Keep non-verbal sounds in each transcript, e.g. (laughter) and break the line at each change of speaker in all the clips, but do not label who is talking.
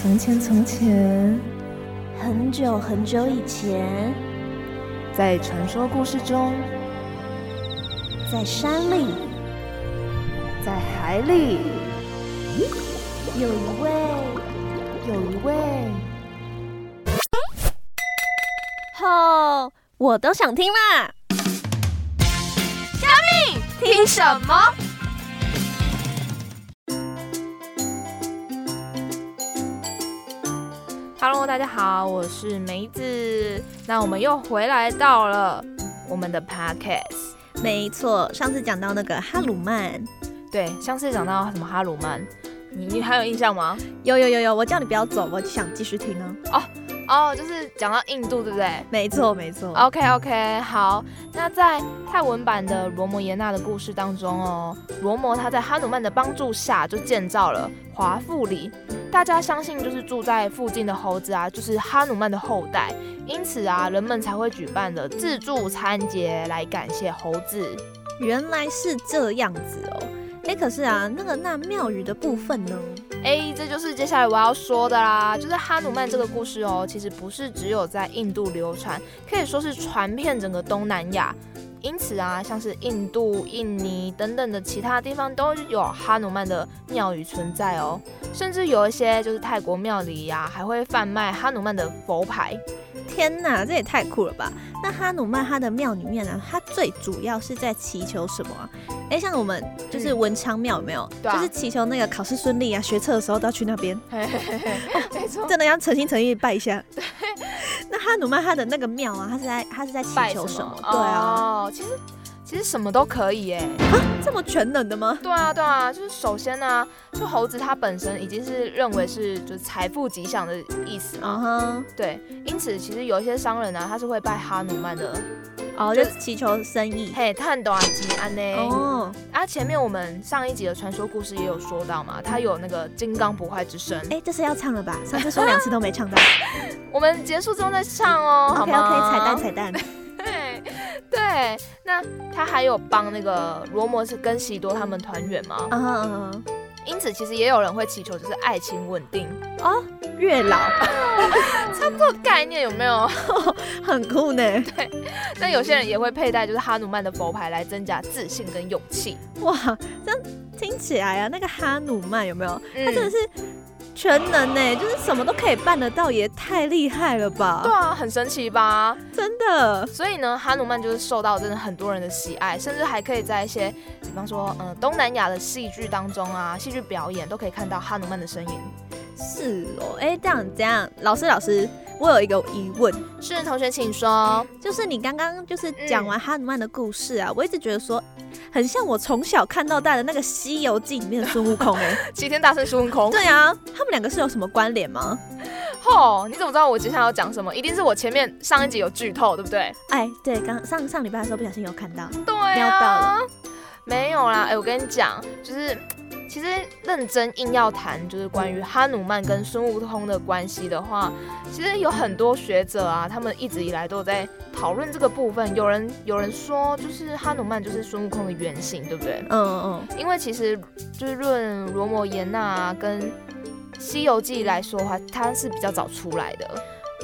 从前，从前，
很久很久以前，
在传说故事中，
在山里
在海里，
有一位，有一位。吼、我都想听啦！
听什么？Hello，大家好，我是梅子。那我们又回来到了我们的 Podcast。
没错，上次讲到那个哈鲁曼，
对，上次讲到什么哈鲁曼，你你还有印象吗？
有有有有，我叫你不要走，我想继续听啊。
哦、就是讲到印度，对不对
没错没错，
？OK OK，好。那在泰文版的罗摩耶纳的故事当中哦，罗摩他在哈努曼的帮助下就建造了华富里。大家相信，就是住在附近的猴子啊，就是哈努曼的后代，因此啊，人们才会举办了自助餐节来感谢猴子。
原来是这样子哦。哎，可是啊，那个那庙宇的部分呢？
哎，这就是接下来我要说的啦，就是哈努曼这个故事哦，其实不是只有在印度流传，可以说是传遍整个东南亚。因此啊，像是印度、印尼等等的其他地方都有哈努曼的庙宇存在哦，甚至有一些就是泰国庙里呀、还会贩卖哈努曼的佛
(laughs)
牌。
天哪，这也太酷了吧！那哈努曼他的庙里面呢、啊，他最主要是在祈求什么啊？哎，像我们就是
嗯
文昌庙有没有？
对啊
就是祈求那个考试顺利啊，学测的时候都要去那边，
嘿嘿嘿嘿，没错，
真的要诚心诚意拜
(laughs)
一下。 (laughs) 那哈努曼他的那个庙啊，他是在他是在祈
拜
求
什
什么
么？？
对啊，
哦，其实其实什么都可以哎。
这么全能的吗？
对啊，对啊，就是首先呢、就猴子它本身已经是认为是就是财富吉祥的意思嘛，
啊哈，
对，因此其实有一些商人啊，他是会拜哈努曼的，
哦，
就
就是祈求生意。
嘿，探短吉安呢。
哦，
啊，前面我们上一集的传说故事也有说到嘛，他有那个金刚不坏之身，
哎，这是要唱
(laughs)
了吧？上次说两次都没唱到。
我们结束之后再唱哦，好
OK
吗
OK，彩蛋彩蛋。
(laughs) 对对，那他还有帮那个罗摩是跟喜多他们团圆嘛，
啊哈啊哈，
因此其实也有人会祈求就是爱情稳定，
月老
这个概念有没有？
(laughs) 很酷呢。
那有些人也会佩戴就是哈努曼的佛牌来增加自信跟勇气。
哇，这样听起来啊，那个哈努曼有没有？
嗯
他真的是全能呢，就是什么都可以办得到，也太厉害了
对
吧！
啊，很神奇吧？
真的，
所以呢，哈努曼就是受到真的很多人的喜爱，甚至还可以在一些，比方说，嗯、东南亚的戏剧当中啊，戏剧表演都可以看到哈努曼的身影。
是哦。哎，这样这样，老师老师，我有一个疑问，
是同学，请说。
就是你刚刚就是讲
嗯
完哈努曼的故事啊，我一直觉得说，很像我从小看到大的那个《西游记》里面的孙悟空哎、
(laughs) 齐天大圣孙悟空。
对啊，他们两个是有什么关联吗？
吼，你怎么知道我接下来要讲什么？一定是我前面上一集有剧透，对不对？
哎，对，刚上上礼拜的时候不小心有看到，
对
瞄
啊，
到了
没有啦，哎、我跟你讲，就是其实认真硬要谈，就是关于哈努曼跟孙悟空的关系的话，其实有很多学者啊，他们一直以来都有在讨论这个部分。有人有人说，就是哈努曼就是孙悟空的原型，对不对？
嗯嗯，
因为其实就是论罗摩衍那、啊、跟《西游记》来说的话，它是比较早出来的。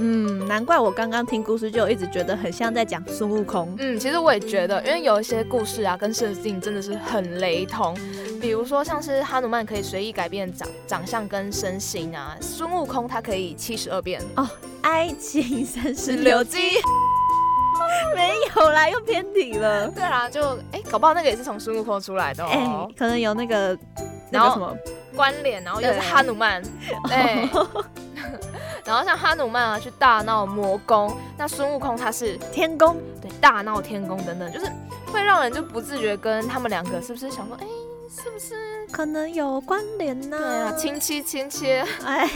嗯，难怪我刚刚听故事就一直觉得很像在讲孙悟
(laughs)
空。
嗯，其实我也觉得，因为有一些故事啊，跟设定真的是很雷同。比如说，像是哈努曼可以随意改变长长相跟身形啊，孙悟空他可以七十二变，
爱情三十
(laughs)
六计，
计。
没有啦，又偏题了。
对啦，就哎、搞不好那个也是从孙悟空出来的
哎、
哦，
可能有那个那
然
个
后
什么，
关联，然后又是
对
哈努曼，对。然后像哈努曼啊，去大闹魔宫，那孙悟空他是
天宫
对大闹天宫等等，就是会让人就不自觉跟他们两个是不是想说，哎、是不是？
可能有关联呐、
对啊，亲戚亲戚。
哎，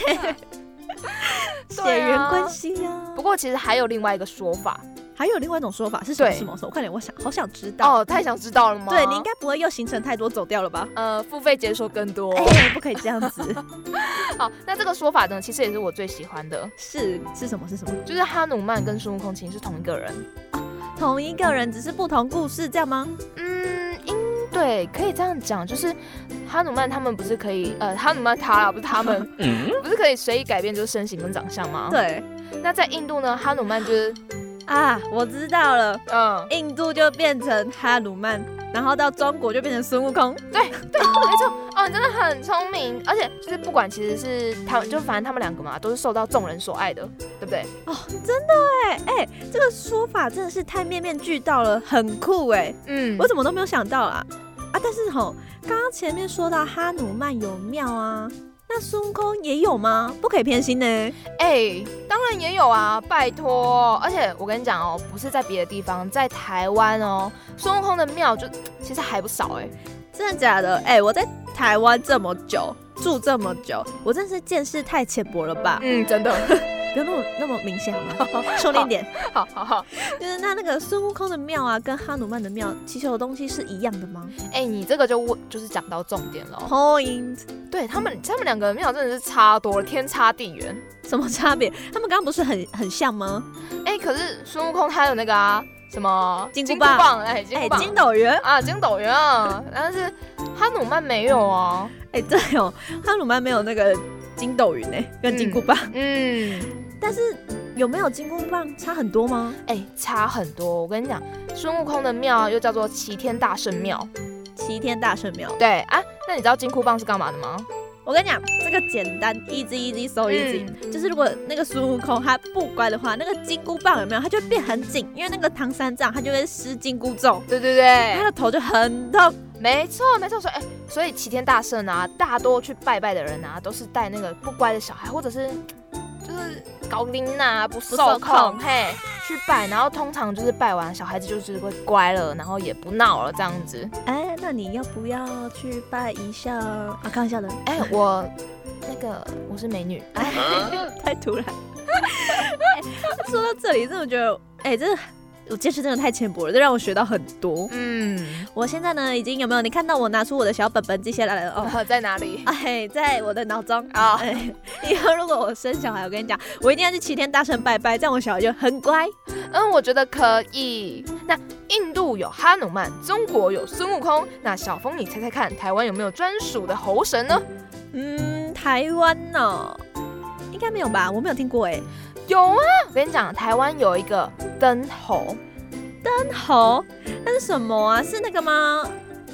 对
血
啊
缘关系呀、啊
不。过其实还有另外一个说法
还有另外一种说法是什么
对
什么什么？快点，我想好想知道。
哦，太想知道了吗？
对你应该不会又形成太多走掉了吧？
呃付费解说更多。
哎、不可以这样子。 (laughs)
好，那这个说法呢，其实也是我最喜欢的，
是是什么？是什么？
就是哈努曼跟孙悟空其实是同一个人。
同一个人只是不同故事，这样吗？
嗯，应对可以这样讲，就是哈努曼他们不是可以，呃，哈努曼他啦，不是他 (laughs) 们，
嗯，
不是可以随意改变就是身形跟长相吗？。
对
那在印度呢，哈努曼就是，
啊，我知道了，
(laughs) 嗯，
印度就变成哈努曼，然后到中国就变成孙悟空。
没错，哦，你真的很聪明，而且就是不管其实是他们，就反正他们两个嘛，都是受到众人所爱的，对不对？
哦，真的哎哎、这个说法真的是太面面俱到了，很酷哎、
嗯
我怎么都没有想到啊啊！但是吼，刚刚前面说到哈努曼有庙啊，那孙悟空也有吗？不可以偏心呢、
哎、当然也有啊，拜托！而且我跟你讲哦，不是在别的地方，在台湾哦，孙悟空的庙就其实还不少哎、
真的假的？哎、我在台湾这么久，住这么久，我真是见识太浅薄了吧？
嗯，真的，
不要那么那么明显好吗？ (laughs) 收敛一点。
(laughs) 好好好。
就是那那个孙悟空的庙啊，跟哈努曼的庙祈求的东西是一样的吗
哎、你这个就问，就是讲到重点了哦。
？Point
对他们，他们两个庙真的是差多了，天差地远。
什么差别？他们刚刚不是很很像吗？
哎、可是孙悟空他有那个啊，什么
金箍
箍
棒
棒，哎、金
哎、
箍棒、
筋斗云，
啊，筋斗云啊，但是哈努曼没有哦。
哎、对哦，哈努曼没有那个筋斗云哎、跟金箍棒，
嗯。
但是有没有金箍棒差很多吗？
哎、差很多。我跟你讲，孙悟空的庙又叫做齐天大圣庙。
齐天大圣庙，
对啊，那你知道金箍棒是干嘛的吗？
我跟你讲，这个简单，easy easy so easy，、
嗯
就是如果那个孙悟空他不乖的话，那个金箍棒有没有，他就会变很紧，因为那个唐三藏他就会施金箍咒，
对对对
他，的头就很痛。
没错没错。所以、哎，所以齐天大圣啊，大多去拜拜的人啊，都是带那个不乖的小孩，或者是就是高龄啊，不
不受
受控
控
嘿去拜，然后通常就是拜完小孩子就是会乖了，然后也不闹了这样子。
哎，那你要不要去拜一下啊？开玩笑的，
哎、我那个我是美女，
(laughs) 太突然。哎 (laughs) 说到这里，真的觉得，哎，真的，我见识真的太浅薄了，这让我学到很多。
嗯，
我现在呢，已经有没有你看到我拿出我的小本本记下来了哦？
在哪里？
哎，在我的脑中。
啊、
哎， (laughs) 以后如果我生小孩，我跟你讲，我一定要去齐天大圣拜拜，这样我小孩就很乖。
嗯，我觉得可以。那印度有哈努曼，中国有孙悟空。那小峰，你猜猜看，台湾有没有专属的猴神呢？
嗯，台湾哦，应该没有吧？我没有听过哎。
有啊，我跟你讲，台湾有一个灯猴，
猴，那是什么啊？是那个吗？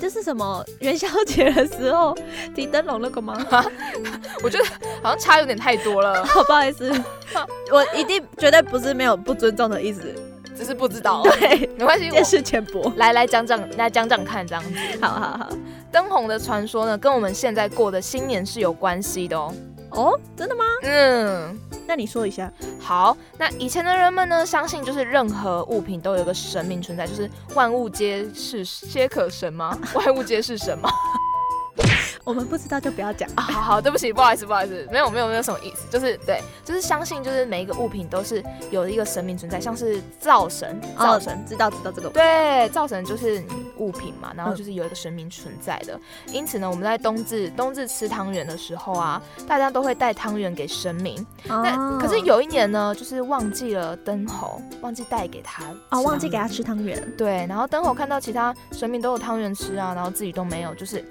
就是什么元宵节的时候 (laughs) 提灯笼那个吗？
我觉得好像差有点太多了，
(laughs) 好不好意思，我一定绝对不是没有不尊重的意思，
(laughs) 只是不知道。
对，
没关 (laughs) 系，
见
我
识浅薄。
来来讲讲，来讲讲看这样子。
好好好，
灯红的传说呢，跟我们现在过的新年是有关系的哦。
哦，真的吗？
嗯。
那你说一下。
好，那以前的人们呢，相信就是任何物品都有个神明存在，就是万物皆是皆可神吗？ (laughs) 万物皆是神吗？
我们不知道就不要讲。
啊，好好，对不起，不好意思，不好意思，没有没有没有什么意思，就是对，就是相信就是每一个物品都是有一个神明存在，像是灶神，
哦
灶神。
知道知道这个。
对，灶神就是物品嘛，然后
嗯
就是有一个神明存在的。因此呢，我们在冬至冬至吃汤圆的时候啊，大家都会带汤圆给神明，那
哦
可是有一年呢，就是忘记了灯猴，忘记带给他
哦，
吃
忘记给
汤
他
圆
吃汤圆。
对，然后灯猴看到其他神明都有汤圆吃啊，然后自己都没有，就是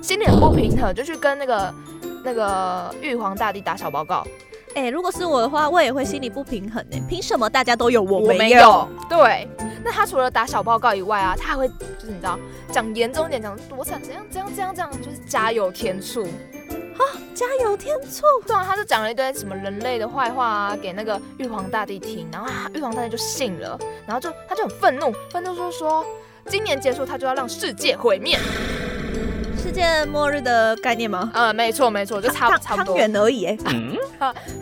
心里很不平衡，就去跟那个那个玉皇大帝打小报告，
哎、如果是我的话，我也会心里不平衡呢、凭什么大家都有，我
没
没
有？对，那他除了打小报告以外啊，他还会就是你知道讲严重一点，讲多惨，怎样怎样怎样怎样，就是加油添醋。
加油添醋！
对啊，他就讲了一堆什么人类的坏话啊，给那个玉皇大帝听，然后他玉皇大帝就信了，然后就他就很愤怒，愤怒说说今年结束他就要让世界毁灭。
世界末日的概念吗？
呃，没错没错，就差
汤
差不
汤
多。
圆而已、哎。
嗯，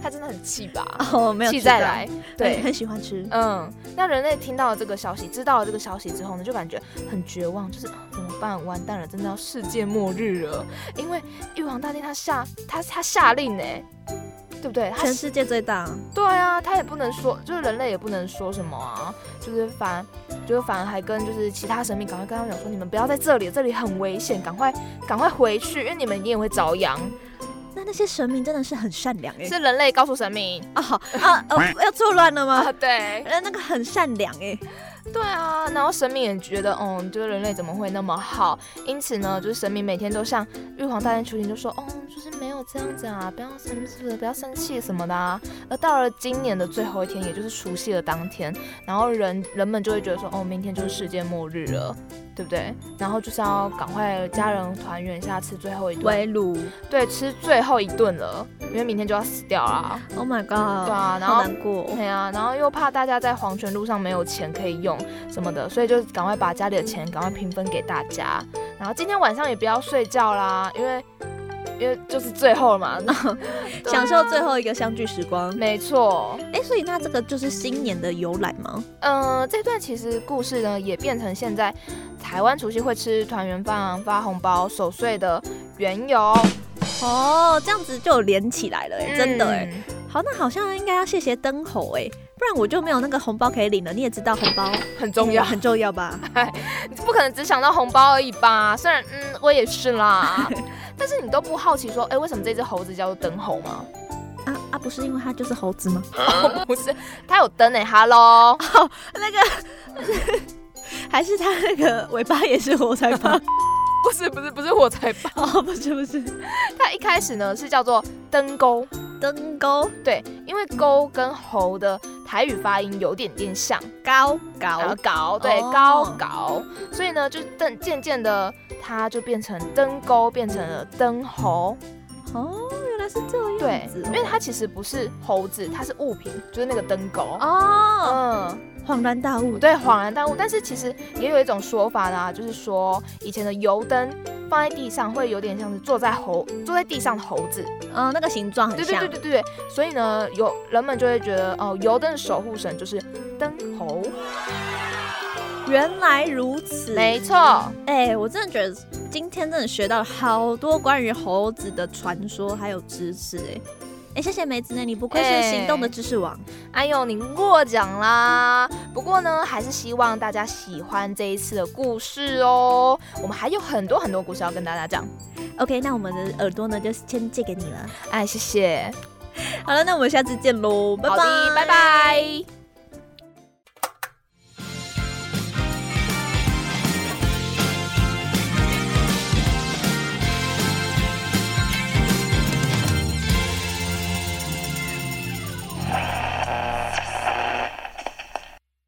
他真的很气吧？
(laughs) 哦， (laughs) 没有
气
吃到
再，来，
很
对。
很喜欢吃。
嗯，那人类听到了这个消息，知道了这个消息之后呢，就感觉很绝望，就是 (gasps) 啊怎么办？完蛋了，真的要世界末日了！因为玉皇大帝他下他他下令呢，对不对？他
全世界最大，
对啊，他也不能说，就是人类也不能说什么啊，就是反，就是反而还跟就是其他神明赶快跟他们讲说，你们不要在这里，这里很危险，赶快赶快回去，因为你们一定也会遭殃。
那那些神明真的是很善良哎、 (laughs)
是人类告诉神明
哦啊啊呃，要错乱了吗？ (laughs)
啊，对，
呃，那个很善良哎、
对啊，然后神明也觉得，嗯，就是人类怎么会那么好？因此呢，就是神明每天都向玉皇大帝求情，就说，哦，就是没有这样子啊，不要什么什么，不要生气什么的啊。而到了今年的最后一天，也就是除夕的当天，然后人人们就会觉得说，哦，明天就是世界末日了，对不对？然后就是要赶快家人团圆一下，吃最后一顿，
围炉
对，吃最后一顿了，因为明天就要死掉啦。
，Oh my
对
god，
啊，然
好
后
难过。
对啊，然后又怕大家在黄泉路上没有钱可以用什么的，所以就赶快把家里的钱赶快平分给大家。然后今天晚上也不要睡觉啦，因为因为就是最后了嘛， (laughs) 对啊
享受最后一个相聚时光。
没错。
啊哎、所以那这个就是新年的由来吗？
嗯、这段其实故事呢也变成现在台湾除夕会吃团圆饭、发红包、守岁的缘由。
哦，这样子就有连起来了、哎、 (laughs) 真的哎、
嗯
好，那好像应该要谢谢灯猴哎、不然我就没有那个红包可以领了。你也知道红包
很重要，
很重要吧？
(laughs) 不可能只想到红包而已吧？虽然嗯，我也是啦，
(laughs)
但是你都不好奇说，哎、为什么这只猴子叫做灯猴吗？
(laughs) 啊啊，不是因为它就是猴子吗？
哦，不是，它有灯诶、哈喽，
那个还是它那个尾巴也是火柴 (laughs) 棒？
(laughs) 不是不是不是火柴棒，
哦，不是不是，
它一开始呢是叫做灯钩，
灯钩
对，因为钩跟猴的台语发音有点点像，
高
然后
高
啊搞对
哦
高搞，所以呢就灯渐渐的它就变成灯钩，变成了灯猴，
哦，原来是这
对
样子，，
因为它其实不是猴子，它是物品，就是那个灯钩，
哦，
嗯。
恍然大悟，
对，恍然大悟。但是其实也有一种说法啦，就是说以前的油灯放在地上会有点像是坐在猴坐在地上的猴子，
嗯，那个形状很
对对
像
对，对对对。所以呢，有人们就会觉得哦，油灯的守护神就是灯猴，
原来如此，
没错，
哎、我真的觉得今天真的学到了好多关于猴子的传说还有知识、哎，哎、谢谢梅子呢，你不愧是
哎
行动的知识王。
哎呦，您过奖啦！不过呢，还是希望大家喜欢这一次的故事哦。我们还有很多很多故事要跟大家讲。
OK，那我们的耳朵呢就先借给你了。
哎，谢谢。
好了，那我们下次见喽，拜
好
拜
的，，拜拜。